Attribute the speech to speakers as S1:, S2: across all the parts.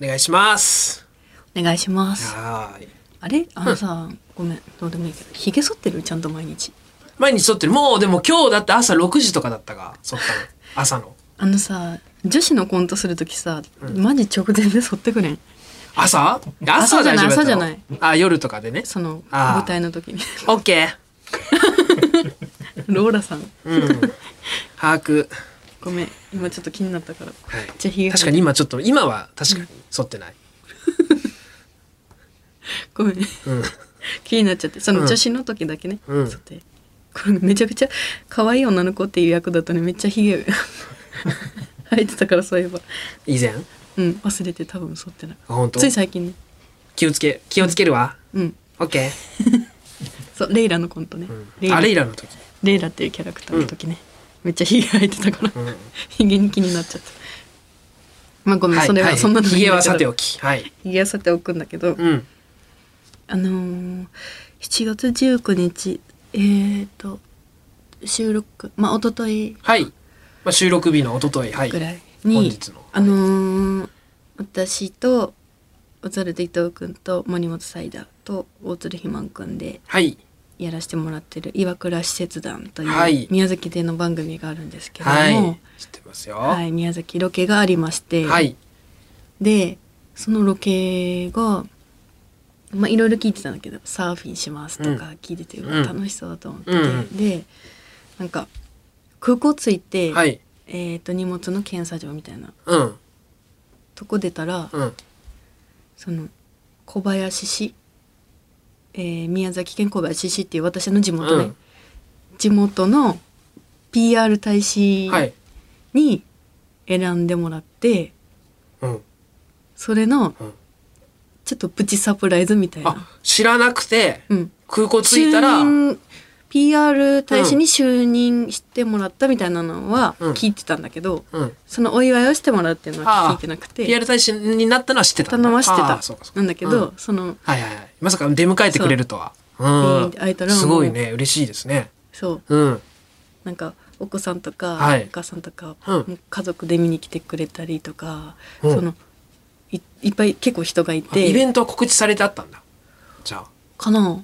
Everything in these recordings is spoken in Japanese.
S1: お願いします。
S2: お願いします
S1: はーい。
S2: あれあのさ、ごめんどうでもいいけどひげ剃ってるちゃんと毎日
S1: 毎日撮ってる。もうでも今日だって朝6時とかだったが、撮ったの。朝の。
S2: あのさ女子のコントする時さ、マジ直前で剃ってくれん
S1: 朝朝
S2: 朝じ
S1: 大丈夫だっ
S2: ゃない
S1: たの
S2: 朝じゃない
S1: あ、夜とかでね。
S2: その
S1: あー
S2: 舞台の時 に
S1: オッケー。
S2: ローラさん
S1: うん。把握。
S2: ごめん今ちょっと気になったから
S1: はい
S2: じゃあひげ
S1: 確かに今ちょっと、今は確かに剃ってない。
S2: ごめん
S1: うん。
S2: 気になっちゃってその
S1: うん
S2: 女子の時だけね、
S1: うん
S2: 剃ってこれめちゃくちゃ可愛い女の子っていう役だったねめっちゃひ げ生えてたからそういえば
S1: 以前あ
S2: うん忘れて多分剃ってない
S1: 本当
S2: つい最近ね
S1: 気をつけ、気をつけるわ。
S2: うん
S1: オッケ
S2: そうレイラのコントね、レイ
S1: ー。
S2: ラ
S1: あれ以来の時。
S2: レイラっていうキャラクターの時ね、めっちゃヒゲ生えてたから、
S1: ん
S2: ヒゲに気になっちゃったまあごめん、
S1: はい
S2: それは、
S1: はい
S2: そんなの
S1: ヒゲはさて
S2: お
S1: おき。はい。
S2: ヒゲはさておくんだけ
S1: う
S2: ど、
S1: ん。
S2: あのー、7月19日えー、と収録まあ一昨日
S1: はい。まあ、収録日の一昨日はい。
S2: ぐらい
S1: 本
S2: に、
S1: 日の
S2: あのー私とおざるで伊藤君と森本サイダーと大鶴ひまん君で
S1: はい。
S2: やらせてもらってる岩倉使節団と
S1: はいいう
S2: 宮崎での番組があるんですけれども、
S1: は
S2: はいい。
S1: 知ってますよ。はい。
S2: 宮崎ロケがありまして、でそのロケがまあいろいろ聞いてたんだけどサーフィンしますとか聞いてて、
S1: うん
S2: うわ楽しそうだと思ってて、
S1: うんうん
S2: でなんか空港着いて、
S1: はい。
S2: えー、と荷物の検査場みたいな
S1: うん。
S2: とこ出たら、
S1: うん。
S2: その小林市、えー宮崎県小林市っていう私の地元ね、
S1: うん
S2: 地元の PR 大使
S1: はい。
S2: に選んでもらって、
S1: うん。
S2: それの
S1: うん
S2: ちょっとプチサプライズみたいな
S1: あ、、知らなくて、
S2: うん、
S1: 空港着いたら、うん。
S2: 就任 PR 大使に就任してもらったみたいなのは
S1: うん
S2: 聞いてたんだけど、そのお祝いをしてもらうっていうの
S1: あ
S2: は
S1: あ
S2: 聞いてなくて
S1: PR 大使になったのは知ってた
S2: 頼
S1: んだ。
S2: まして
S1: あ
S2: た
S1: ーそうかそうか
S2: なんだけど、
S1: う
S2: その
S1: はいはいはい。まさか出迎えてくれるとは。う
S2: うんん。会えたらもう
S1: すごいね。嬉しいですね。
S2: そう
S1: うん。
S2: なんかお子さんとか、
S1: はい
S2: お母さんとか、
S1: うん
S2: もう家族で見に来てくれたりとか、
S1: うん
S2: そのいいっぱい結構人がい
S1: あイベ
S2: て
S1: ントは告知されてあったんだ。じゃあ。
S2: かなも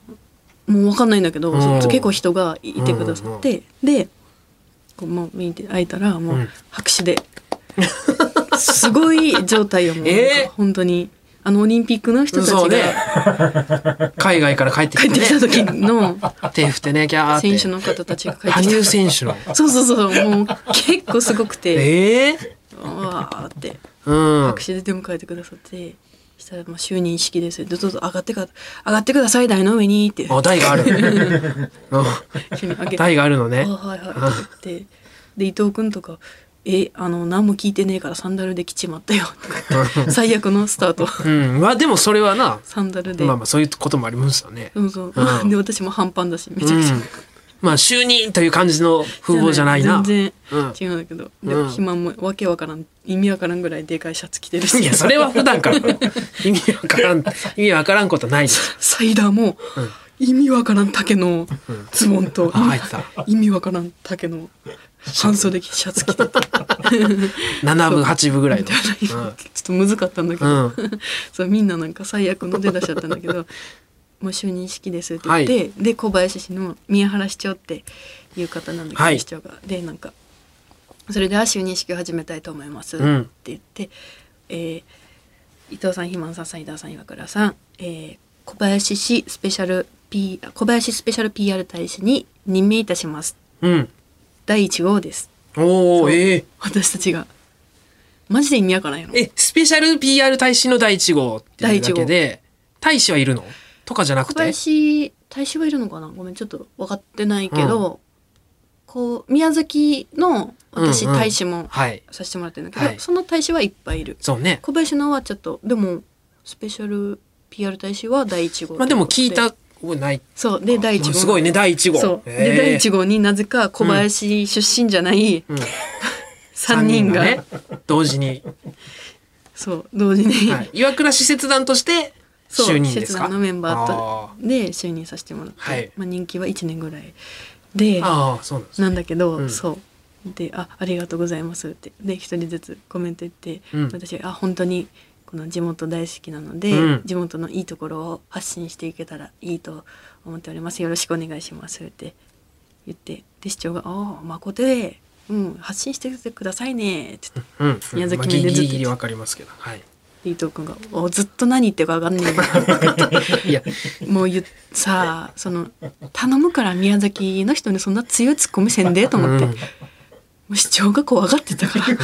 S2: う分かんないんだけど、
S1: うん
S2: 結構人がいてくださって、でこう、まあ、見に行って会えたらも
S1: う
S2: うん拍手で、すごい状態よも う、
S1: えー
S2: なんか本当にあのオリンピックの人たち
S1: そう
S2: が
S1: ね。 海外から帰って
S2: 帰っ
S1: き
S2: て
S1: て
S2: きた
S1: ね。
S2: 時の
S1: 手振ってね、キャーって。
S2: 選手の方たちが帰って
S1: 羽
S2: き
S1: 生
S2: た
S1: 選手の。
S2: そうそうそうもう結構すごくて
S1: ええ
S2: わーって。
S1: うん
S2: 拍。手で出迎えてくださって、したらまあ就任式ですよどうぞどうぞ上がってか上がってください台の上にって
S1: あ、台がある。 うん
S2: 一緒に上 げて
S1: 台があるの
S2: あ
S1: ね。
S2: はいはい」って言ってで伊藤君とか「えあの何も聞いてねえからサンダルで来ちまっ たよ」とか最悪のスタート
S1: うん。まあでもそれはな、
S2: サンダルで、
S1: まあまあそういうこともありますよね。
S2: そうそう、
S1: うん
S2: で私も半端だしめち
S1: う
S2: ゃ
S1: ん
S2: くちゃ、。
S1: まあ就任という感じの風貌じゃないな。
S2: 全
S1: うん
S2: 然違うんだけど、
S1: ん
S2: でも肥満もわけわからん意味わからんぐらいでかいシャツ着てるし
S1: いや、それは普 段からだろ意味わからん、意味わからんことないです。
S2: サイダーも、意味わからん丈のズボンと、
S1: あ、入ってた。
S2: 意味わからん丈の半袖シャツ着てた
S1: 7分、8分ぐらいの。
S2: ちょっとむずかったんだけど、そうみんななんか最悪の出だしちゃったんだけ ど「もう就任式です」って言って、
S1: は
S2: で小林氏の宮原市長っていう方なんだけど、
S1: はい
S2: 市長がでなんか「それでは就任式を始めたいと思います」って
S1: うん
S2: 言って、えー伊藤さん、肥満さん、斉田さん、岩倉さん、えー小林氏スペシャル P 小林スペシャル PR 大使に任命いたします
S1: うん。
S2: 第1号です。
S1: うん。おお、ええ
S2: 私たちがマジで意味わからんやろ
S1: え、スペシャル PR 大使の第1号っていうだけで、大使はいるのとかじゃなく
S2: 小
S1: て。
S2: 林大使はいるのかなごめんちょっと分かってないけど、こう宮崎の私
S1: うんうん
S2: 大使も
S1: はい。
S2: させてもらってるんだけど、
S1: はい
S2: その大使はいっぱいいる
S1: そうね。
S2: 小林のはちょっとでもスペシャル PR 大使は第1号
S1: まあでも聞いた
S2: とうこ
S1: 覚えない。
S2: とでそうで第1号
S1: すごいね、第1号。
S2: そうで、
S1: ええ
S2: 第1号になぜか小林出身じゃない、
S1: ん
S2: 3人が
S1: ね、同時に、
S2: そう同時に、
S1: はい、 岩倉使節団として
S2: そう
S1: 就任で
S2: 施設
S1: すか
S2: 団のメンバー
S1: あ
S2: と で就任させてもらって、
S1: はい
S2: まあ、人気は1年ぐらいで
S1: ーあーそうなんですね
S2: なんだけど、
S1: うん
S2: そうで「あありがとうございます」ってで一人ずつコメント言って、
S1: うん
S2: 私「あ本当にこの地元大好きなので、
S1: うん
S2: 地元のいいところを発信していけたらいいと思っておりますよろしくお願いしますって言ってで市長が「ああまことで、うん、発信してくださいね」って言って
S1: うん、うん
S2: 宮崎
S1: まあ
S2: 弁
S1: ギ
S2: でずっ
S1: リ
S2: と
S1: ギリギリわかりますけど、 はい。
S2: 伊藤君が「おずっと何言ってるか分かんねえ よ」
S1: いや、
S2: もう言っさあその頼むから宮崎の人にそんな強いツッコミせんでと思って、
S1: うん
S2: もう市長が怖がってたから
S1: うん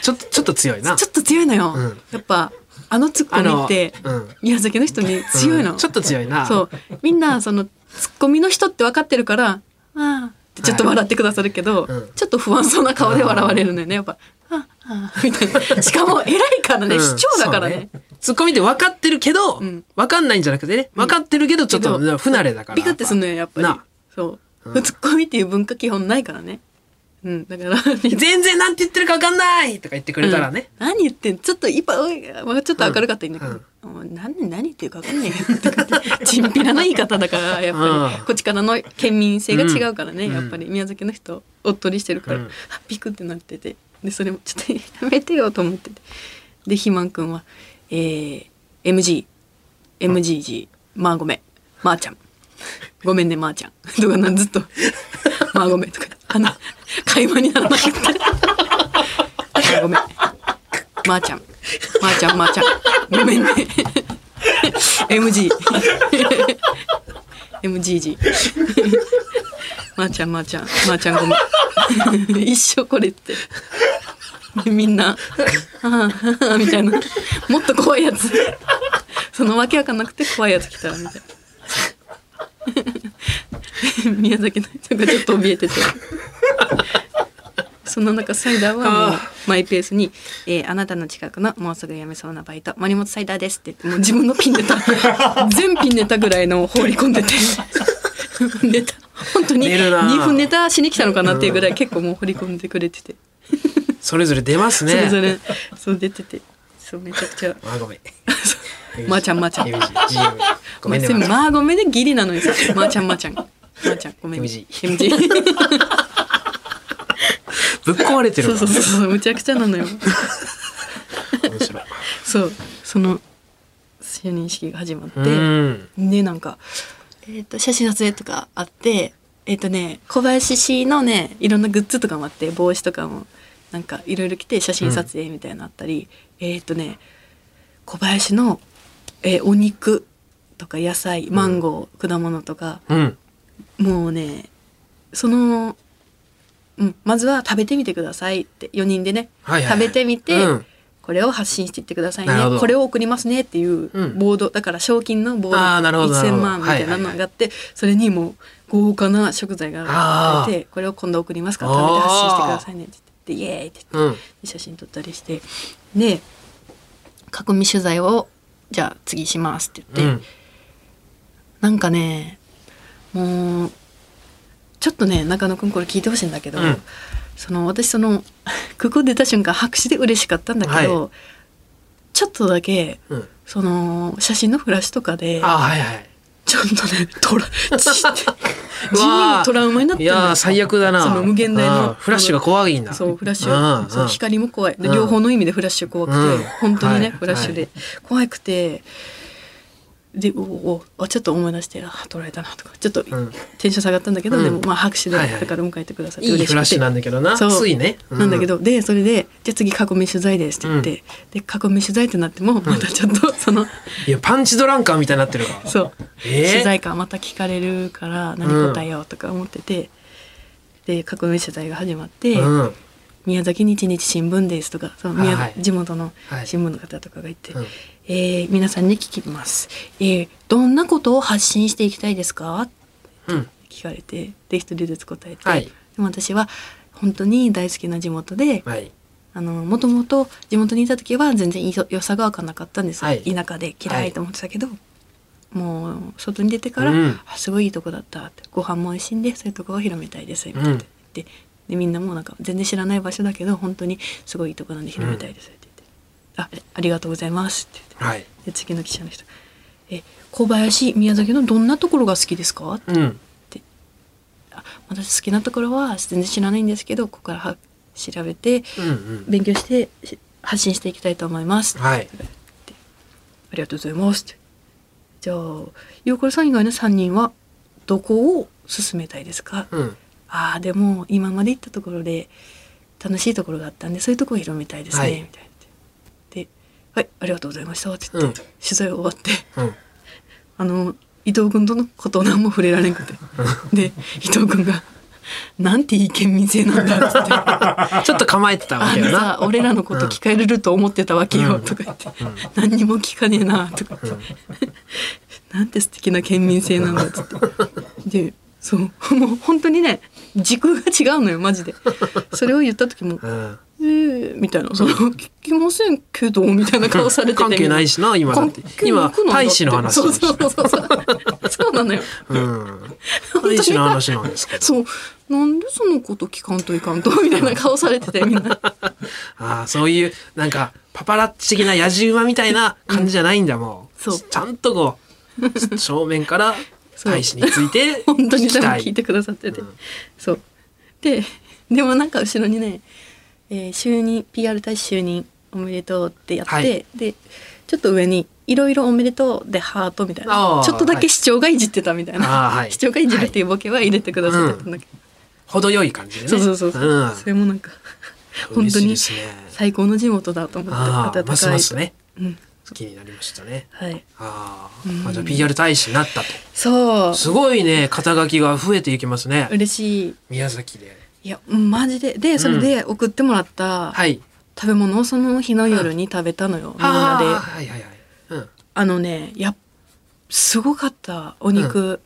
S1: ちょっとちょっと強いな。
S2: ちょっと強いのよ、
S1: うん
S2: やっぱあのツッコミって
S1: あのうん
S2: 宮崎の人に強いの、
S1: うんちょっと強いな。
S2: そうみんなそのツッコミの人って分かってるから「ああ」ってちょっと笑ってくださるけど、
S1: はいうん
S2: ちょっと不安そうな顔で笑われるのよねやっぱ「ああああ」みたい なしかも偉いからね、
S1: うん
S2: 市長だからね。
S1: そうツッコミって分かってるけど、
S2: ん
S1: 分かんないんじゃなくてね分かってるけどちょっと
S2: けど
S1: 不慣れだから
S2: ビクってすんのよやっぱり
S1: な
S2: そう、
S1: うん
S2: ツッコミっていう文化基本ないからねうんだから
S1: 全然なんて言ってるか分かんないとか言ってくれたらね、
S2: うん何言ってんちょっと今おいまあちょっと明るかったらいいんだけど、
S1: う
S2: もう何何言ってるか分かんないよとか言って チンピラな言い方だからやっぱ
S1: うん
S2: りこっちからの県民性が違うからね、
S1: うん
S2: やっぱり宮崎の人おっとりしてるから、
S1: うん
S2: ビクってなっててでそれもちょっとやめてよと思っててで肥満くんはえー、MG MGG、まあごめんまー、ちゃんごめんねまー、ちゃんとかなずっとまあごめんとかあの会話にならなかったごめんまー、ちゃんまー、ちゃんまー、ちゃんごめんね MG MGG まー、ちゃんまー、ちゃんまー、ちゃんごめん 一生これってでみんな「ああ」みたいなもっと怖いやつそのわけわかんなくて怖いやつ来たみたいな 宮崎の人がちょっと怯えててそんな中サイダーはもうマイペースに、えーあなたの近くのもうすぐ辞めそうなバイト森本サイダーです」って言ってもう自分のピンネタ全ピンネタぐらいのを放り込んでて ネタ本当に
S1: 出るな
S2: 2分ネタしに来たのかなっていうぐらい結構もう放り込んでくれてて。
S1: それぞれ出ますね
S2: それぞれそう出ててそうめちゃく ちゃ
S1: あ ごめん
S2: まーちゃんまーちゃん
S1: MGGM ごめんね
S2: ま
S1: まーちゃん
S2: あごめんねギリ なのにさまーちゃんまーちゃんまーちゃんごめん
S1: MG
S2: MG
S1: ぶっ壊れてる
S2: そ
S1: わ
S2: うそうそうそうむちゃくちゃなのよ
S1: 面白い
S2: そうその就任式が始まって
S1: うん
S2: でなんか、えー、と写真撮影とかあってえっ、とね小林氏のねいろんなグッズとかもあって帽子とかもなんかいろいろ来て写真撮影みたいなのあったり、えっ、とね小林の、えーお肉とか野菜マンゴー、果物とか
S1: うん
S2: もうねその、うん、まずは食べてみてくださいって4人でね、
S1: はいはいはい
S2: 食べてみて、
S1: うん
S2: これを発信していってくださいね
S1: なるほど
S2: これを送りますねっていう
S1: うん
S2: ボード、だから賞金のボード
S1: あーなるほどなる
S2: 1000
S1: ほど
S2: 万みたいなのがあって、それにもう豪華な食材があってこれを今度送りますから食べて発信してくださいねって言ってイエーイって言って
S1: うん
S2: 写真撮ったりしてで囲み取材をじゃあ次しますって
S1: う
S2: 言って、
S1: ん
S2: なんかねもうちょっとね中野くんこれ聞いてほしいんだけど、
S1: うん
S2: その私その 空港出た瞬間白紙で嬉しかったんだけど、
S1: は
S2: ちょっとだけ
S1: うん
S2: その写真のフラッシュとかで
S1: あはいはい
S2: ちょっとねトラ 地
S1: う
S2: 地味
S1: わ
S2: に
S1: あ
S2: トラウマになって
S1: い
S2: んのよ
S1: やー最悪だな
S2: その無限大
S1: あ
S2: の
S1: ーフラッシュが怖いんだ
S2: そうフラッシ
S1: うんう
S2: ュ
S1: ん
S2: そう光も怖いで
S1: うん
S2: 両方の意味でフラッシュ怖くて、
S1: うん
S2: 本当にね、
S1: はい
S2: フラッシュで、
S1: は
S2: 怖くてでおおあちょっと思い出してあ捉えたなとかちょっと
S1: ん
S2: テンション下がったんだけど、
S1: うん
S2: でもまあ拍手で
S1: はいはい
S2: だから迎えてくださって
S1: いい
S2: 嬉しくて、
S1: フラッシュなんだけどな
S2: そう
S1: ついねう
S2: なんだけどでそれで「じゃあ次囲み取材です」って言って、
S1: うん
S2: で囲み取材ってなってもまたちょっとそ の、
S1: いやパンチドランカーみたいになってるから
S2: そう
S1: えー
S2: 取材官また聞かれるから何答えようとか思ってて、で囲み取材が始まって。
S1: うん
S2: 宮崎日日新聞ですとかその宮、
S1: はい
S2: 地元の
S1: はい
S2: 新聞の方とかが言って、
S1: うん
S2: えー皆さんに聞きます、えーどんなことを発信していきたいですか?」
S1: うん
S2: 聞かれてで一人ずつ答えて、
S1: はい
S2: でも私は本当に大好きな地元で
S1: はい
S2: あのもともと地元にいた時は全然よ良さが分かんなかったんです、
S1: はい
S2: 田舎で嫌いと思ってたけど、もう外に出てから、
S1: うん
S2: あすごいいいとこだったってご飯も美味しいんでそういうとこを広めたいですみたいな、
S1: うん
S2: ででみんなもうなんか全然知らない場所だけど本当にすごいいいとこなんで広めたいですって言って、あありがとうございますって言って
S1: はい
S2: で次の記者の人「え小林宮崎のどんなところが好きですか?」
S1: うん
S2: あ私好きなところは全然知らないんですけどここからは調べて
S1: うんうん
S2: 勉強してし発信していきたいと思います」
S1: はい
S2: ありがとうございますってじゃあゆうこりさん以外の3人はどこを進めたいですか、
S1: うん。
S2: ああでも今まで行ったところで楽しいところがあったんでそういうところを広めたいですね、
S1: はい
S2: みたいなで「はいありがとうございました」って言って、
S1: うん
S2: 取材終わって
S1: うん。
S2: あの伊藤君とのことを何も触れられ なくてで伊藤君が「なんていい県民性なんだ」って言って。
S1: ちょっと構えてたわ
S2: あ
S1: け
S2: の
S1: よな。
S2: さ俺らのこと聞かれると思ってたわけよ」とか言って「何にも聞かねえな」とか言って「なんて素敵な県民性なんだ」っつってでそう もう本当にね時空が違うのよマジでそれを言った時も
S1: うん。
S2: 「えー」みたいな「その聞きませんけど」みたいな顔されてて
S1: 関係ないしな、今だって
S2: 関。係な
S1: 今
S2: くない、
S1: 大使の話
S2: そ
S1: で
S2: う
S1: し
S2: そう
S1: た。
S2: そうそうそうなのよ
S1: うん。
S2: 当に
S1: 大使の話なんですけど。
S2: そうなんでそのこと聞かんといかんとみたいな顔されててみんな
S1: ああ、そういう、なんか、パパラッチ的な野じ馬みたいな感じじゃないんだもん。
S2: そう
S1: ちゃんとこう、正面から
S2: そう
S1: 大使について
S2: 本当
S1: 聞
S2: に
S1: き
S2: 多分
S1: た
S2: 聞い
S1: い。
S2: てくださってて、
S1: うん
S2: そうででもなんか後ろにね、えー就任 PR 大使就任おめでとうってやって、
S1: はい
S2: でちょっと上に「いろいろおめでとう」でハートみたい
S1: あ
S2: な
S1: ー
S2: ちょっとだけ市長がいじってたみたいな、
S1: あーはい
S2: 市長がいじるっていうボケは入れてくださってたんだけど、
S1: 程よい感じでね。
S2: そうそうそうそう、
S1: うん。
S2: それもなんか本
S1: 嬉
S2: 当
S1: しい
S2: に
S1: ですね。
S2: 最高の地元だと思っ
S1: あ
S2: て
S1: あ、
S2: 温かい
S1: ますますね。
S2: うん
S1: 好きになりましたね。
S2: はい
S1: あーあ、じゃあ PR 大使になったと。
S2: そう
S1: すごいね、肩書きが増えていきますね。
S2: 嬉しい
S1: 宮崎で。
S2: いやうんマジででそれで送ってもらった
S1: はい。
S2: 食べ物をその日の夜に食べたのよ、みんなで
S1: あーはいはいはい。うん。
S2: あのねやっすごかったお肉、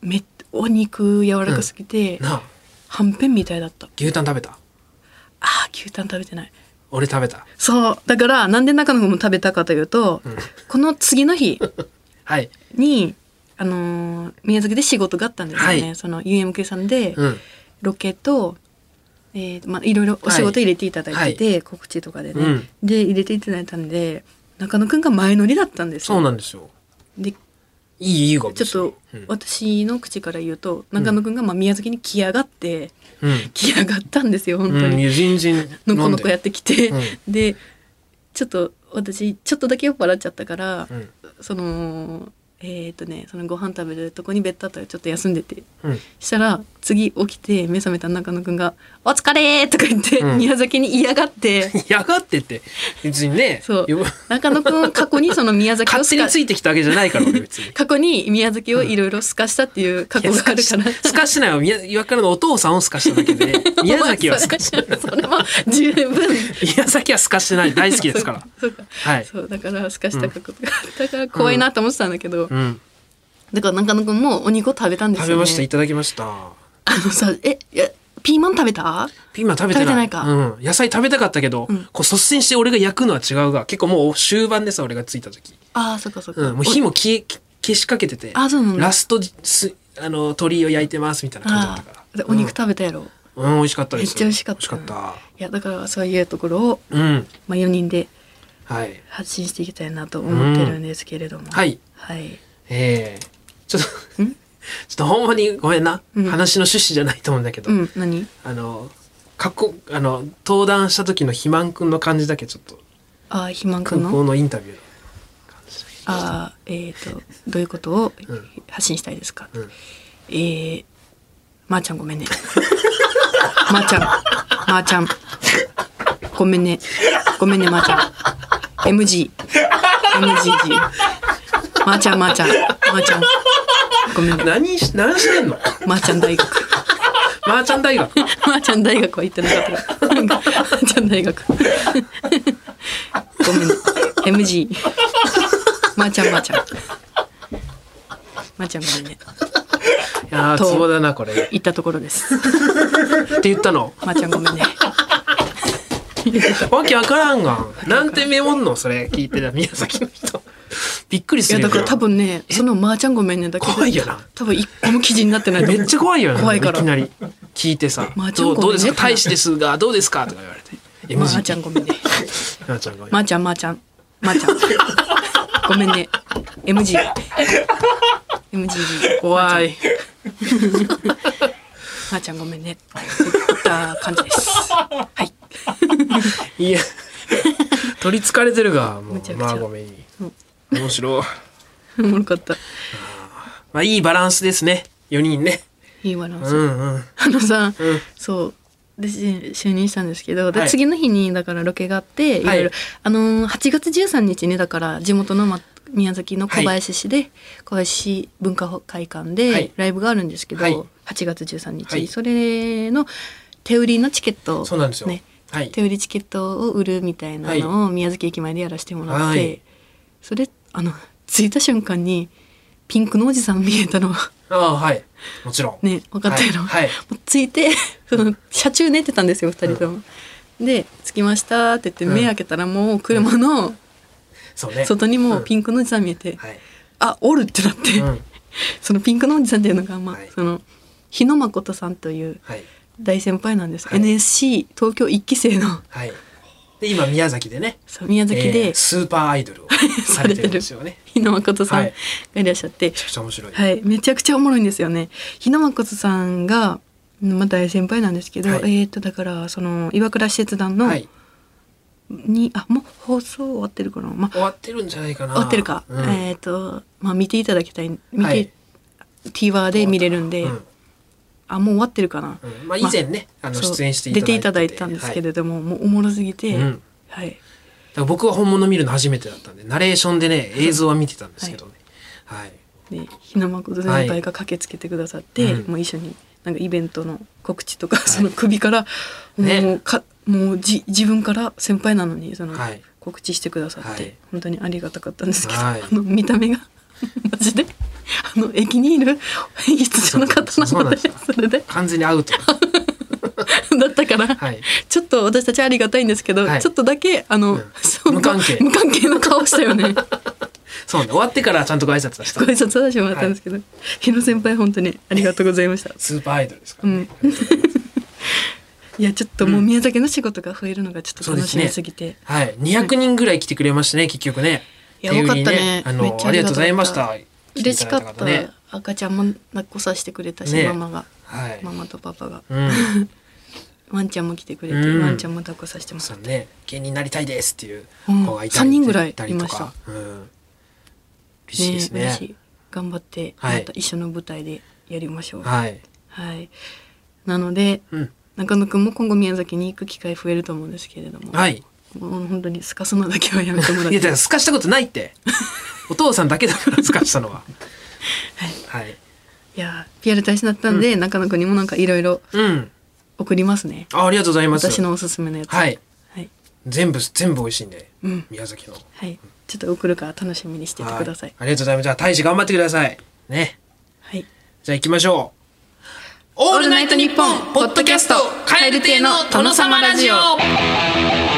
S2: めっお肉柔らかすぎて、
S1: なあ、
S2: はんぺんみたいだった
S1: 牛タン食べた
S2: あー牛タン食べてない
S1: 俺食べた。
S2: そうだからなんで中の子も食べたかというと、 この次の日
S1: はい。
S2: にあのー宮崎で仕事があったんですよね、
S1: はい
S2: その UMK さんで
S1: うん。
S2: ロケと、えーまあ、いろいろお仕事入れていただいてて、告知とかでね、
S1: うん
S2: で入れていただいたんで中野くんが前乗りだったんですよ
S1: そうなんですよ。
S2: で
S1: いい、いいが。
S2: ちょっと
S1: うん
S2: 私の口から言うと、中野くんがまあ宮崎に来やがって、
S1: うん。
S2: 来やがったんですよ、本当
S1: うん、い
S2: に。
S1: や全然飲んで。
S2: のこのこやってきて、
S1: うん
S2: で、ちょっと私、ちょっとだけ酔っ払っちゃったから、
S1: うん。
S2: その、えっ、とね、そのご飯食べるとこにベッドあったらちょっと休んでて。
S1: うん。
S2: したら、次起きて目覚めた中野くんが、お疲れーとか言って、
S1: うん
S2: 宮崎に嫌がって、
S1: やがってって、別にね、
S2: そう
S1: よ
S2: 中野くんは過去にその宮崎を
S1: 勝
S2: す
S1: 手に
S2: か
S1: ついてきたわけじゃないから、俺別 に。
S2: 過去に宮崎をいろいろすかしたっていう過去があるから。
S1: すかしてないわ。宮岩倉のお父さんをすかしただけ で、宮崎はすかしてない。
S2: それも十分
S1: 宮崎はすかしてない。大好きですから。
S2: そうか
S1: はい。
S2: そうだからすかした過去とかだから怖いなと思ってたんだけど、
S1: うん。
S2: だから中野くんもお肉を食べたんですよ
S1: 食
S2: ね
S1: べました。いただきました。
S2: あのさえいやピーマン食べた
S1: ピーマン食べてない。
S2: 食べてないか
S1: うん。野菜食べたかったけど、
S2: うん
S1: こう率先して俺が焼くのは違うが、結構もう終盤でさ、俺が着いた時。
S2: あーそっかそっか、
S1: うん。もう火も消え、消しかけてて。
S2: あそうなんだ
S1: ラストす、あの、鳥を焼いてますみたいな感じだっ
S2: あ
S1: たから。
S2: ーでお肉食べたやろ、い
S1: うん、美味しかったです。
S2: めっちゃ美味しかっ
S1: 美
S2: た
S1: 味しかっ
S2: やだからそういうところを、
S1: た。うん。
S2: まあ、4人で
S1: はい。
S2: 発信していきたいなと思ってるんですけれども、
S1: はい。
S2: はい
S1: ええちょっと、
S2: ん
S1: ちょっとほんまにごめんな。
S2: うん
S1: 話の趣旨じゃないと思うんだけど、
S2: うん何
S1: あの、過去、あの、登壇した時の肥満くんの感じだけちょっと、
S2: あー肥満くん
S1: 空
S2: の
S1: 港のインタビューの感じだけ。
S2: あーえっ、とどういうことを
S1: うん
S2: 発信したいですか、
S1: うん
S2: えー、まー、ちゃんごめんね まーちゃんまーちゃんごめんねごめんねまーちゃん MGMGG まーちゃんまーちゃんまーちゃんごめんね
S1: 何し、何してんの
S2: まーちゃん大学
S1: マーチャン大学。
S2: まーちゃん大学は行ってなかった からまーちゃん大学ごめんね MG まーちゃんまーちゃんまーちゃんごめん
S1: い
S2: ね
S1: やー、
S2: と
S1: ツボだな、これ。
S2: 行ったところです
S1: って言ったの。
S2: まーちゃんごめんね
S1: わけわからんが。なんてメモんのそれ、聞いてた宮崎の人。びっくり
S2: い
S1: す
S2: や
S1: るよ。
S2: だから多分ねその「まーちゃんごめんね」だけで
S1: 怖いよな
S2: 多分一個も記事になってないと
S1: め
S2: 思
S1: っ
S2: う
S1: ちゃ怖いよな。
S2: 怖いから
S1: きなり。聞いてさ。
S2: まーちゃん
S1: どうどうです
S2: ごめんね
S1: か大使ですが、どうですかとか言われて。
S2: まーちゃ
S1: MG。
S2: んごめんね
S1: まーちゃんが。
S2: まーちゃんまーちゃんまーちゃん ごめんね MGMGG
S1: 怖い。
S2: まーちゃんごめんねといった感じですはい
S1: いや。取りつかれてるがも
S2: むち
S1: う
S2: ゃくちゃ
S1: マーゴメに
S2: うん
S1: 面白い
S2: おもろかった
S1: まあいいバランスですね4人ね
S2: いいバラン
S1: う
S2: ス、
S1: んうん
S2: あのさ、
S1: うん
S2: そう私就任したんですけど、で
S1: はい
S2: 次の日にだからロケがあっていろいろ、
S1: はい
S2: あのー8月13日にだから地元の、ま、宮崎の小林市で、小林市文化会館
S1: は
S2: で
S1: い
S2: ライブがあるんですけど、
S1: はい
S2: 8月13日、
S1: はい
S2: それの手売りのチケットを
S1: そうなんですよ
S2: ね
S1: はい
S2: 手売りチケットを売るみたいなのを宮崎駅前でやらせてもらって、
S1: はい
S2: それあの着いた瞬間にピンクのおじさん見えたのは
S1: ああはいもちろん
S2: ね分かったやろ、
S1: はいはい
S2: もう着いて その車中寝てたんですよ2人とも。で「着きました」って言って
S1: うん
S2: 目開けたらもう車の
S1: そうね
S2: 外にもピ
S1: ン
S2: ンクのおじさん見えて
S1: はい
S2: 「あおる!」ってなって、
S1: うん
S2: そのピンクのおじさんっていうのが、まあ
S1: はい
S2: その日野誠さんという
S1: はい
S2: 大先輩なんです、
S1: はい
S2: NSC 東京一期生の
S1: はいで今宮崎でね
S2: そう宮崎
S1: え
S2: で
S1: ースーパーアイド ルをされてるんですよね
S2: 日野誠さん
S1: は
S2: が
S1: い
S2: いらっしゃって
S1: め、ちゃくちゃ面白い
S2: はい、めちゃくちゃおもろいんですよね。ひなまことさんが、まあ、大先輩なんですけど、
S1: はい
S2: えっ、と、だから、その、岩倉使節団の、
S1: はい
S2: に、あ、もう放送終わってるかな。まあ、
S1: 終わってるんじゃないかな
S2: 終わってるか。
S1: うん
S2: えっ、と、まあ、見ていただきたい。見て、
S1: はい
S2: TVer で見れるんで、
S1: うん
S2: あ、もう終わってるかな。
S1: うんまあ以前ねあの
S2: そう
S1: 出演してい
S2: 出ていただいた
S1: て
S2: んですけ
S1: はい
S2: れども、もうおもろすぎて、
S1: うん
S2: はい。
S1: だから僕は本物見るの初めてだったんでナレーションで ね映像は見てたんですけどねはい
S2: で日野誠先輩が駆けつけてくださって、
S1: はいうん
S2: もう一緒になんかイベントの告知とか、その首から、
S1: ね
S2: もうかもうじ自分から先輩なのにその
S1: はい
S2: 告知してくださって、
S1: はい
S2: 本当にありがたかったんですけど、
S1: はい
S2: あの見た目が マジであの駅にいる演出者の方
S1: そう
S2: な
S1: なんで
S2: のです
S1: よ
S2: それで
S1: 完全にアウト
S2: だったから、
S1: はい
S2: ちょっと私たちありがたいんですけど、
S1: はい
S2: ちょっとだけあの、
S1: うん
S2: その
S1: 無関係
S2: 無関係の顔したよ ね。
S1: そうね終わってからちゃんとご挨拶はした
S2: ご挨拶させてもらったんですけど、日野先輩本当にありがとうございました。
S1: スーパーアイドルですからねありがとうございます
S2: いやちょっともう宮崎の仕事が増えるのがちょっと楽しみすぎて、
S1: はい、200人ぐらい来てくれましたね、結局ね。
S2: いや多かったね
S1: 手売りあ
S2: めっ
S1: の
S2: ちゃ
S1: あ
S2: あ
S1: り
S2: り
S1: が
S2: が
S1: とうご
S2: たかった
S1: ざいました。
S2: 嬉しかっ
S1: 来てい
S2: た、
S1: だい方ね
S2: 赤ちゃんも抱っこさせてくれたし、
S1: ね
S2: ママが
S1: はい。
S2: ママとパパが
S1: うん、
S2: ワンちゃんも来てくれて、
S1: うん
S2: ワンちゃんも抱っこさせても
S1: そ
S2: ら
S1: う
S2: っ
S1: ね、芸人になりたいですっていう
S2: うん
S1: 子がいたり、
S2: 三人ぐらい
S1: たりとかうん。嬉しいです
S2: ね
S1: ね。
S2: 嬉しい頑張ってま
S1: はい
S2: た一緒の舞台でやりましょうはい、
S1: はい。
S2: なので
S1: うん。
S2: 中野くんも今後宮崎に行く機会増えると思うんですけれども、
S1: はい。
S2: もう本当にすかすのだけはやめてもら っ
S1: いや、だか
S2: て
S1: ら、すかしたことない って。お父さんだけだから、すかしたのは。はい。
S2: いや PR 大使だったんで、中野くんにもなんかいろいろ
S1: うん。
S2: 送りますね
S1: あ、ありがとうございます。
S2: 私のおすすめのやつ
S1: はい。
S2: はい、
S1: 全部、全部美味しいんで、
S2: うん
S1: 宮崎の。
S2: はい、ちょっと送るから楽しみにしててください
S1: は。ありがとうございます。じゃあ、大使頑張ってください。ね。
S2: はい、
S1: じゃあ行きましょう。オ
S2: ールナイトニッポンポッドキャスト蛙亭の殿様ラジオ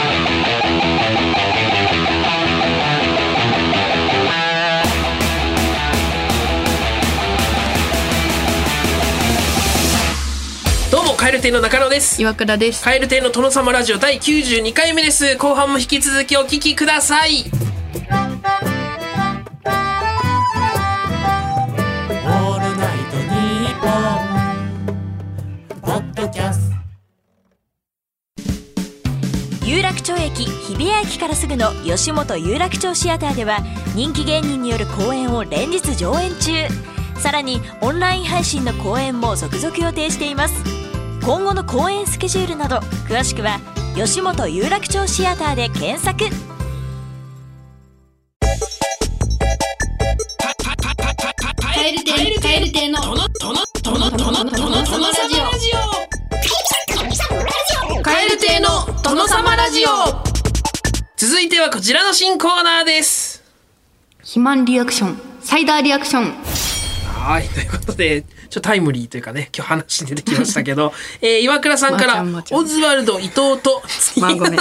S1: どうも、蛙亭の中野です。
S2: 岩倉です。
S1: 蛙亭の殿様ラジオ第92回目です。後半も引き続きお聞きください。
S3: オールナイトニッポン」ポッドキャスト
S4: 有楽町駅日比谷駅からすぐの吉本有楽町シアターでは人気芸人による公演を連日上演中さらにオンライン配信の公演も続々予定しています今後の公演スケジュールなど詳しくは吉本有楽町シアターで検索
S5: カエル亭カエル亭の殿殿殿殿殿様ラジオカエル亭の殿様ラジオ
S1: 続いてはこちらの新コーナーです。
S2: 肥満リアクション、サイダーリアクション。
S1: はい、ということで、ちょっとタイムリーというかね、今日話に出てきましたけど、 えー、岩倉さんか
S2: まあちゃ
S1: ら
S2: んまち、ゃん
S1: オズワルド伊藤と、
S2: まあご めん。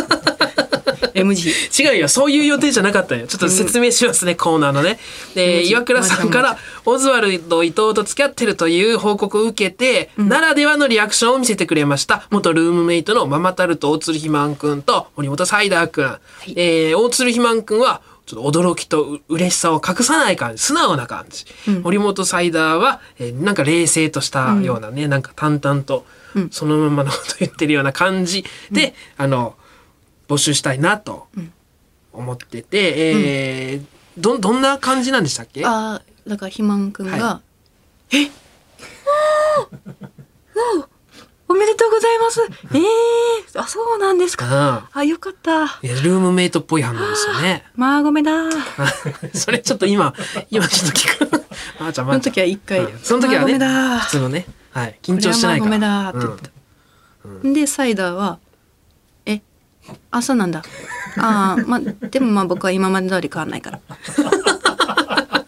S2: M G。
S1: 違うよそういう予定じゃなかったよちょっと説明しますね、コーナーのねで
S2: うん
S1: 岩倉さんか
S2: まあ
S1: らオズワルド伊藤と付き合ってるという報告を受けて、ならではのリアクションを見せてくれました元ルームメイトのママタルト大鶴ひまんくんと森本サイダーくん、えー大鶴ひまんくんはちょっと驚きとう嬉しさを隠さない感じ素直な感じ、森本サイダーは、えーなんか冷静としたようなね、なんか淡々とそのままのこと言ってるような感じで、あの募集したいなと思ってて、えーどどんな感じなんでしたっけ
S2: あーだから肥満くんが、
S1: は
S2: えわーわーおめでとうございますえー、あそうなんですか
S1: か
S2: あよかった
S1: ないやルームメイトっぽい反応ですよ ね。
S2: まあごめんだー
S1: それちょっと今、今ちょっと聞 く。まーちゃん、
S2: そ
S1: まー
S2: の
S1: ちゃん
S2: 時は一回、
S1: うんその時はね、
S2: まあ
S1: 普通のね、はい、緊張してないから。
S2: これはまあごめんだーってごめんだーでサイダーは「えあそうなんだあーまあでもまあ僕は今まで通り変わんないから
S1: うん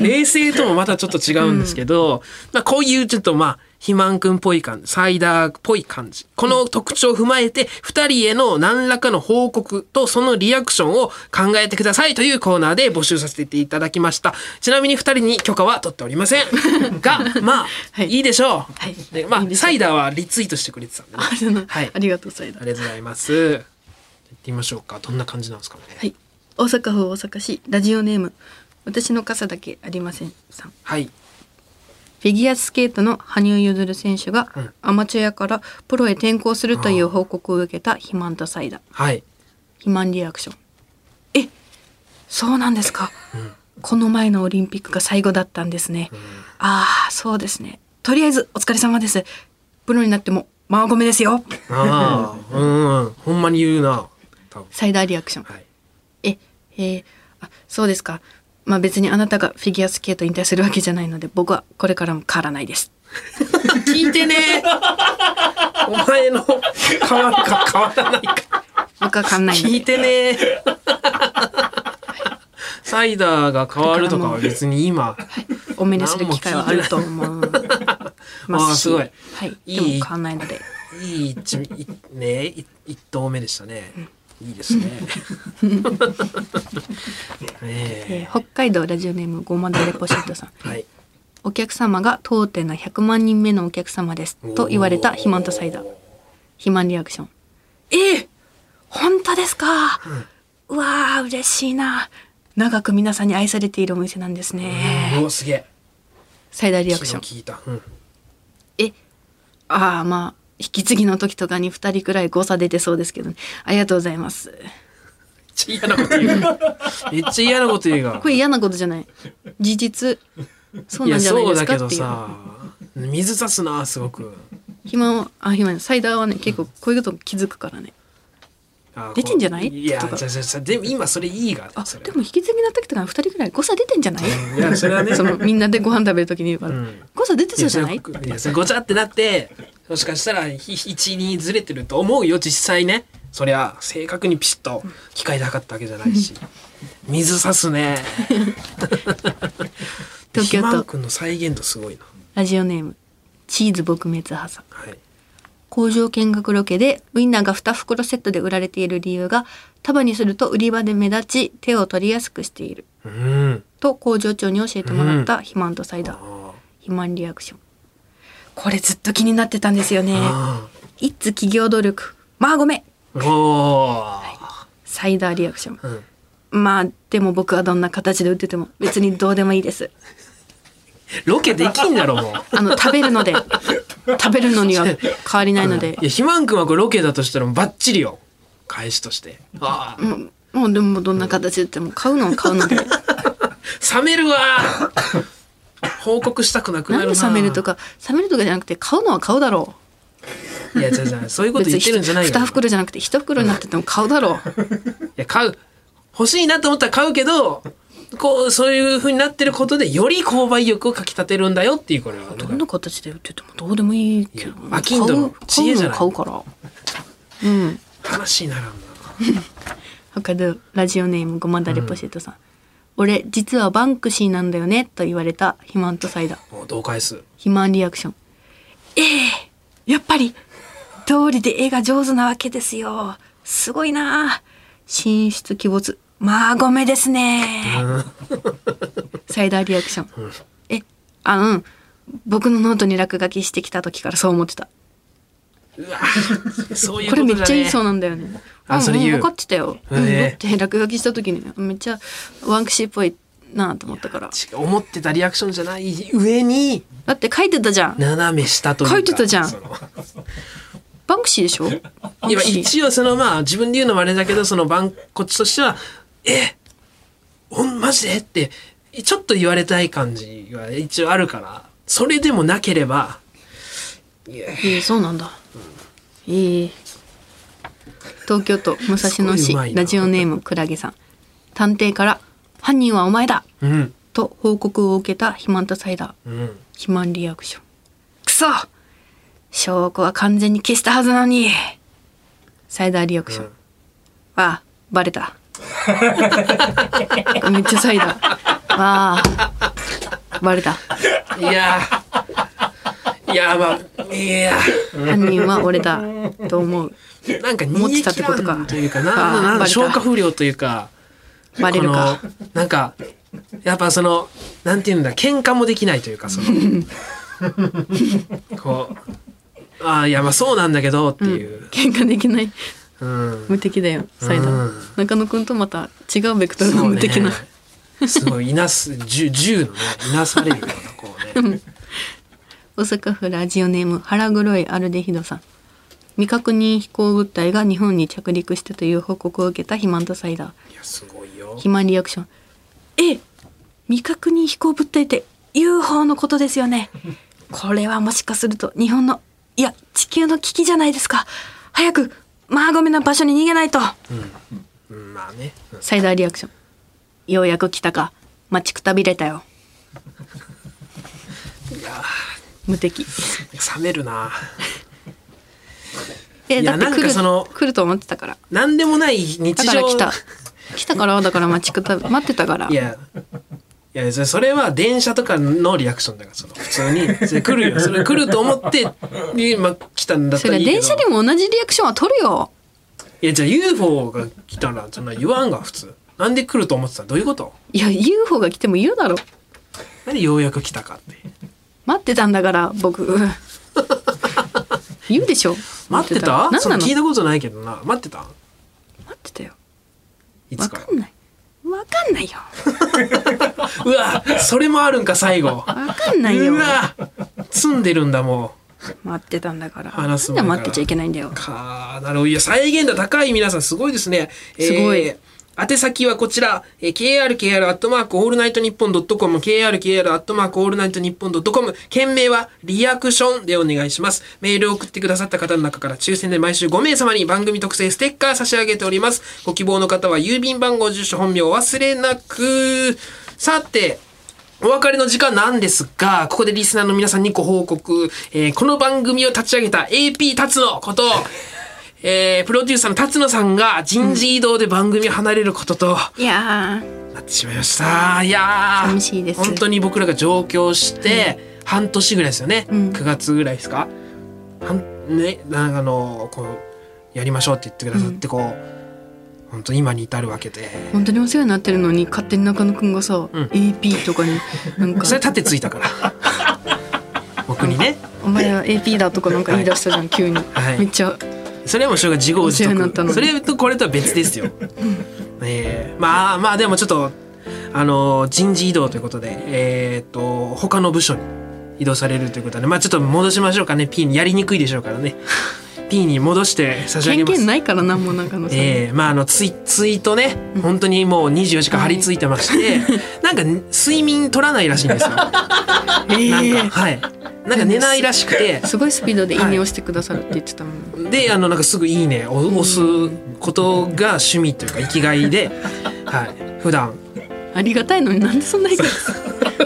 S1: 冷静ともまたちょっと違うんですけど、まあこういうちょっとまあ、肥満くんっぽい感じ、サイダーっぽい感じ。この特徴を踏まえて、二人への何らかの報告とそのリアクションを考えてくださいというコーナーで募集させていただきました。ちなみに二人に許可は取っておりません。 が、まあ、
S2: はい
S1: い、いでしょう。
S2: はい
S1: でま
S2: い
S1: あ
S2: いでしょう
S1: サイダーはリツイートしてくれてたん で、ね。
S2: あそうなん
S1: はい
S2: ありがとうサイダー
S1: ありがとうございます。行ってみましょうか。どんな感じなんですかね。
S2: はい。大阪府大阪市ラジオネーム私の傘だけありませんさん。フ
S1: はい。
S2: ィギュアスケートの羽生結弦選手が
S1: うん
S2: アマチュアからプロへ転向するという報告を受けた肥満とサイダ。
S1: はい。
S2: 肥満リアクション。え、そうなんですか。この前のオリンピックが最後だったんですね。ああ、そうですね。とりあえずお疲れ様です。プロになってもマーゴメですよ。
S1: ああ、うんうん。ほんまに言うな。多分。
S2: サイダーリアクション。
S1: はい。
S2: え、えーあ、そうですか。まあ別にあなたがフィギュアスケート引退するわけじゃないので、僕はこれからも変わらないです。
S1: 聞いてね。お前の変わるか変わらないか
S2: 僕は変わんないので。
S1: 聞いてね。サイダーが変わるとかは別に今。
S2: お目にする機会はあると思う。
S1: あー
S2: ますし
S1: すごい
S2: はい。
S1: いい
S2: でも変わんないので。
S1: いい一いねい一投目でしたね。いいです ね。
S2: えー
S1: ね
S2: 北海道ラジオネームゴマダレポシットさん。
S1: え。はい。
S2: お客様が当店の100万人目のお客様です。と言われた肥満とサイダー。肥満リアクション。ええ本当ですか、うわあ、嬉しいな。長く皆さんに愛されているお店なんですね。
S1: おおすげえ。
S2: サイダーリア
S1: 昨
S2: ク
S1: 日
S2: ション。
S1: 聞いた。うん。
S2: え、ああ、まあ、引き継ぎの時とかに2人くらい誤差出てそうですけどね、ありがとうございます。
S1: めっちゃ嫌なこと言う。めっちゃ嫌なこと言うが
S2: こ。れ嫌なことじゃない。事実、そう
S1: い
S2: な
S1: や
S2: んじゃない
S1: そう
S2: で
S1: だけ
S2: すか
S1: ど
S2: っていう。
S1: さ、水差すなすごく。
S2: 暇は、あ、暇はサイダーはね、結構こういうこと気づくからね。
S1: あ
S2: 出てんじゃない
S1: こういや
S2: とか
S1: じゃじゃじゃでも今それいいが。
S2: あ、
S1: それ
S2: でも引き継ぎの時とかに2人くらい誤差出てんじゃ ない
S1: いやそれはね。
S2: そのみんなでご飯食べる時に言うから、
S1: うん
S2: 誤差出てそうじゃない
S1: やそれいやそれごちゃってなってもしかしたら12ずれてると思うよ実際ねそりゃ正確にピシッと機械なかったわけじゃないし水差す ね
S2: 東京都
S1: ひまんくんの再現度すごいな
S2: ラジオネーム、チーズ撲滅派さん。
S1: はい
S2: 工場見学ロケでウインナーが2袋セットで売られている理由が束にすると売り場で目立ち手を取りやすくしている
S1: うん
S2: と工場長に教えてもらった肥満とサイダー、
S1: あ
S2: 肥満リアクションこれずっと気になってたんですよね
S1: あ
S2: いつ企業努力まあごめん
S1: おお
S2: サイダーリアクション
S1: ー、うん
S2: まあでも僕はどんな形で売って ても別にどうでもいいです
S1: ロケできんだろもう
S2: あの食べるの で食べるのには変わりないので
S1: いやひまんくんはこれロケだとしたらもうバッチリよ返しとしてああ
S2: もうでもどんな形で売っても買うのは買 うので
S1: 冷め るわ報告したくなくな
S2: な
S1: る
S2: ん
S1: な
S2: で冷めるとか冷めるとかじゃなくて買うのは買うだろ
S1: いやじゃじゃそういう
S2: う
S1: こと言ってるんじゃないよ
S2: 2袋じゃなくて1袋になってても買うだろう
S1: いや買う欲しいなと思ったら買うけどこうそういう風になってることでより購買意欲をかきたてるんだよっていうこれは
S2: どんな形で売っててもどうでもいい
S1: い
S2: けど
S1: や飽きんだろ
S2: 買
S1: 知恵
S2: う買う
S1: じゃな
S2: のはい買うからうん
S1: 話にならんな
S2: 他でラジオネームごまだれポシェットさん、俺実はバンクシーなんだよねと言われた肥満とサイダー
S1: もうどう返す
S2: 肥満リアクションええやっぱり通りで絵が上手なわけですよすごいなあ神出鬼没まあごめですねサイダーリアクション、えあうん僕のノートに落書きしてきた時からそう思ってた
S1: そういう
S2: こ
S1: こ
S2: れ
S1: と
S2: め
S1: だ
S2: っ
S1: ね
S2: ちゃいいそうなんだよね
S1: あ
S2: ん
S1: それ言うん
S2: 分かってたよ、うん
S1: へえ
S2: だって落書きした時にねめっちゃワンクシーっぽいなと思ったから
S1: 違う思ってたリアクションじゃない上に
S2: だって書いてたじゃん
S1: 斜め下というか
S2: 書いてたじゃん
S1: その
S2: バンクシーでしょバン
S1: 今
S2: クシー
S1: 一応そのまあ自分で言うのもあれだけどその番こっちとしてはえほんマジでってちょっと言われたい感じが一応あるからそれでもなければ
S2: ええそうなんだ。ええ東京都武蔵野
S1: すごいう
S2: 市
S1: まいな
S2: ラジオネームクラゲさん。探偵から犯人はお前だ
S1: うん
S2: と報告を受けた肥満とサイダ
S1: う
S2: ー。
S1: ん
S2: 肥満リアクション。くそ証拠は完全に消したはずなのに。サイダーリアクション。
S1: うん
S2: わあ、バレた。 めっちゃサイダー。わあ、バレた。
S1: いやーいやーまあいや
S2: 犯人は俺だと思う。
S1: ーなんか逃
S2: 持っ
S1: げ
S2: てたっ
S1: 切
S2: て
S1: ら
S2: ことか
S1: んというかな
S2: あ
S1: な
S2: ー
S1: なん
S2: バレ
S1: か
S2: た
S1: 消化不良というか
S2: バレるか。
S1: このなんかやっぱそのなんていうんだ喧嘩もできないというかそ のこうああいやまあそうなんだけどっていう、
S2: 喧嘩できない。
S1: うん
S2: 無敵だよサイダー、
S1: うん
S2: 中野くんとまた違うベクトル
S1: そ
S2: の
S1: う
S2: 無
S1: ね
S2: 敵な、
S1: すごいいなす銃銃のねいなされるようなこうね
S2: 大阪府ラジオネーム腹黒いアルデヒドさん未確認飛行物体が日本に着陸したという報告を受けた肥満とサイダー
S1: いやすごいよ
S2: 肥満リアクションえ未確認飛行物体って UFO のことですよねこれはもしかすると日本のいや地球の危機じゃないですか早くマーゴメの場所に逃げないと
S1: うんまあねうん
S2: サイダーリアクションようやく来たか待ちくたびれたよ無敵
S1: 冷めるな
S2: え
S1: い
S2: だ
S1: や
S2: って来
S1: なん
S2: る
S1: かその
S2: 来ると思ってたから
S1: なんでもない日
S2: だ
S1: 常
S2: から来た来たからだから待ちくたび待ってたから
S1: いやいやそれそれは電車とかのリアクションだからその普通にそれ来るよそれ来ると思って今来たんだっ
S2: そ
S1: たら
S2: れ
S1: いいけど
S2: 電車でも同じリアクションは取るよ
S1: いやじゃあ UFO が来たらそんな言わんが普通なんで来ると思ってたどういうこと
S2: いや UFO が来ても言うだろ
S1: 何ようやく来たかって
S2: 待ってたんだから僕 言うでしょ
S1: 待ってた
S2: 何
S1: それ
S2: なの
S1: 聞い
S2: 待
S1: たことないけどな待ってた
S2: ってたよ
S1: い
S2: わ
S1: つから
S2: かんないわかんないよ
S1: うわそれもあるんか最後
S2: わかんないうよ
S1: わ積んでるんだも
S2: 待ってたんだからなん
S1: 話すもんだ
S2: で
S1: から
S2: 待ってちゃいけないんだよ
S1: うかあなるほどいや再現度高い皆さんすごいですね、
S2: すごい
S1: 宛先はこちら、えー、krkr アットマークオールナイトニッポンドットコム krkr アットマークオールナイトニッポンドットコム件名はリアクションでお願いしますメールを送ってくださった方の中から抽選で毎週5名様に番組特製ステッカー差し上げておりますご希望の方は郵便番号住所本名を忘れなくさてお別れの時間なんですが、ここでリスナーの皆さんにご報告、えーこの番組を立ち上げた AP 達のことを、 えープロデューサーの達野さんが人事異動で番組を離れることと
S2: いやー
S1: なってしまいました。いやー
S2: 寂しいです
S1: 本当に僕らが上京して半年ぐらいですよね。
S2: うん
S1: 9月ぐらいですか。半ね、なんかあのこうやりましょうって言ってくださってこう、本当に今に至るわけで、
S2: 本当にお世話になってるのに勝手に中野くんがさ、
S1: ん
S2: AP とかになんか
S1: それ盾ついたから 僕にね。
S2: 「お前は AP だ」とかなんか言い出したじゃん急に、
S1: はい
S2: めっちゃ
S1: それはもうしょうが自業自
S2: お世話になったの
S1: 得
S2: に
S1: それとこれとは別です よ、えーまあまあでもちょっとあのー人事異動ということでえーっと他の部署に移動されるということでまあちょっと戻しましょうかね P にやりにくいでしょう からね P に戻して差し上げ
S2: 権
S1: ます
S2: 限ないからなもう中野さん、
S1: えーまああのツイツイートね本当にもう24時間張り付いてま して、なんか睡眠取らないらしいんですよなんかはいなんか寝ないらしくて
S2: すごいスピードで「いいね」をしてくださるって言ってたもん、
S1: であのなんかすぐ「いいね」を押すことが趣味というか生きがい で、はい、普段、
S2: ありがたいのになんでそんな言い方す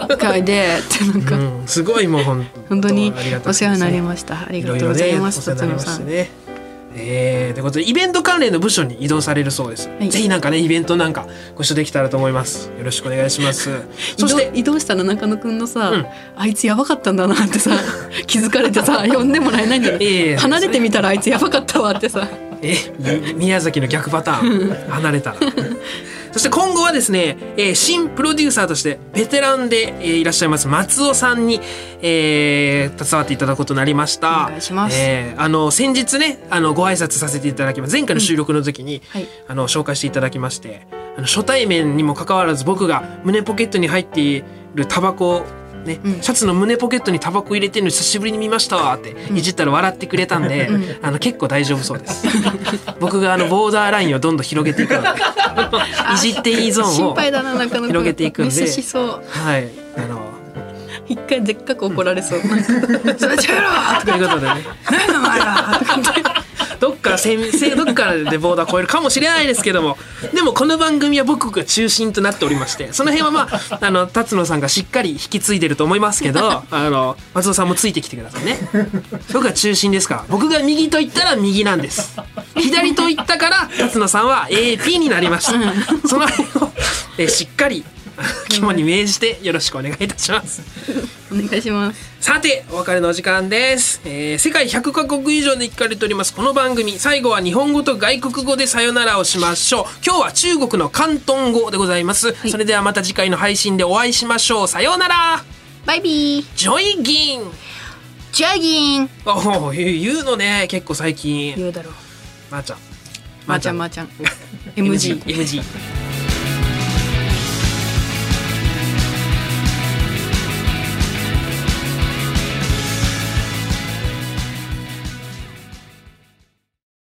S2: るかいでってなん
S1: う
S2: か、
S1: ん、すごいもうほん
S2: 本当に
S1: ありがたい
S2: お世話になり
S1: すね
S2: ましたあり
S1: いろ
S2: が
S1: い
S2: とう
S1: ろ
S2: ござい
S1: ねお
S2: ま
S1: 世
S2: す
S1: 話にな
S2: 達
S1: り
S2: 野
S1: ま
S2: さ
S1: して
S2: ん
S1: ね。えー、ということでイベント関連の部署に移動されるそうです、
S2: い
S1: ぜひなんかねイベントなんかご一緒できたらと思いますよろしくお願いし ます
S2: 移
S1: そし
S2: 動
S1: て
S2: 移動したら中野くんのさ、
S1: うん
S2: あいつやばかったんだなってさ気づかれてさ呼んでもらえないんだよ、
S1: いえいえ
S2: 離れてみたらあいつやばかったわってさ
S1: え宮崎の逆パター ン離れたらそして今後はですね、えー新プロデューサーとしてベテランで、えーいらっしゃいます松尾さんに、えー携わっていただくことになりました
S2: お願いします
S1: えーあの先日ねあのご挨拶させていただきます前回の収録の時に、
S2: はい
S1: あの紹介していただきましてあの初対面にもかかわらず僕が胸ポケットに入っているタバコね、シャツの胸ポケットにタバコ入れてるの久しぶりに見ましたわっていじったら笑ってくれたんで、あの結構大丈夫そうです。僕があのボーダーラインをどんどん広げていくの で、 いじっていいゾーンを
S2: 心配だな中野君
S1: 広げていくんで
S2: ミスしそう
S1: はい、あの
S2: 一回でっかく怒られ そう、それちゃう
S1: と
S2: やろ
S1: いうことでね、
S2: 何やお前らとか言って
S1: どっからせんせどっからでボーダー超えるかもしれないですけども、でもこの番組は僕が中心となっておりまして、その辺はまああの辰野さんがしっかり引き継いでると思いますけど、あの松尾さんもついてきてくださいね。僕が中心ですから、僕が右と言ったら右なんです。左と言ったから辰野さんは AP になりました。その辺をえしっかり肝に銘じてよろしくお願いいたします。
S2: お願いします
S1: さてお別れのお時間です、えー世界100カ国以上で聞かれておりますこの番組最後は日本語と外国語でさよならをしましょう今日は中国の広東語でございます、それではまた次回の配信でお会いしましょうさようなら
S2: バイビー
S1: ジョイギン
S2: ジャギン
S1: おお言うのね結構最近
S2: 言うだろう
S1: まー、ちゃん
S2: まーちゃんまーちゃん MG
S1: MG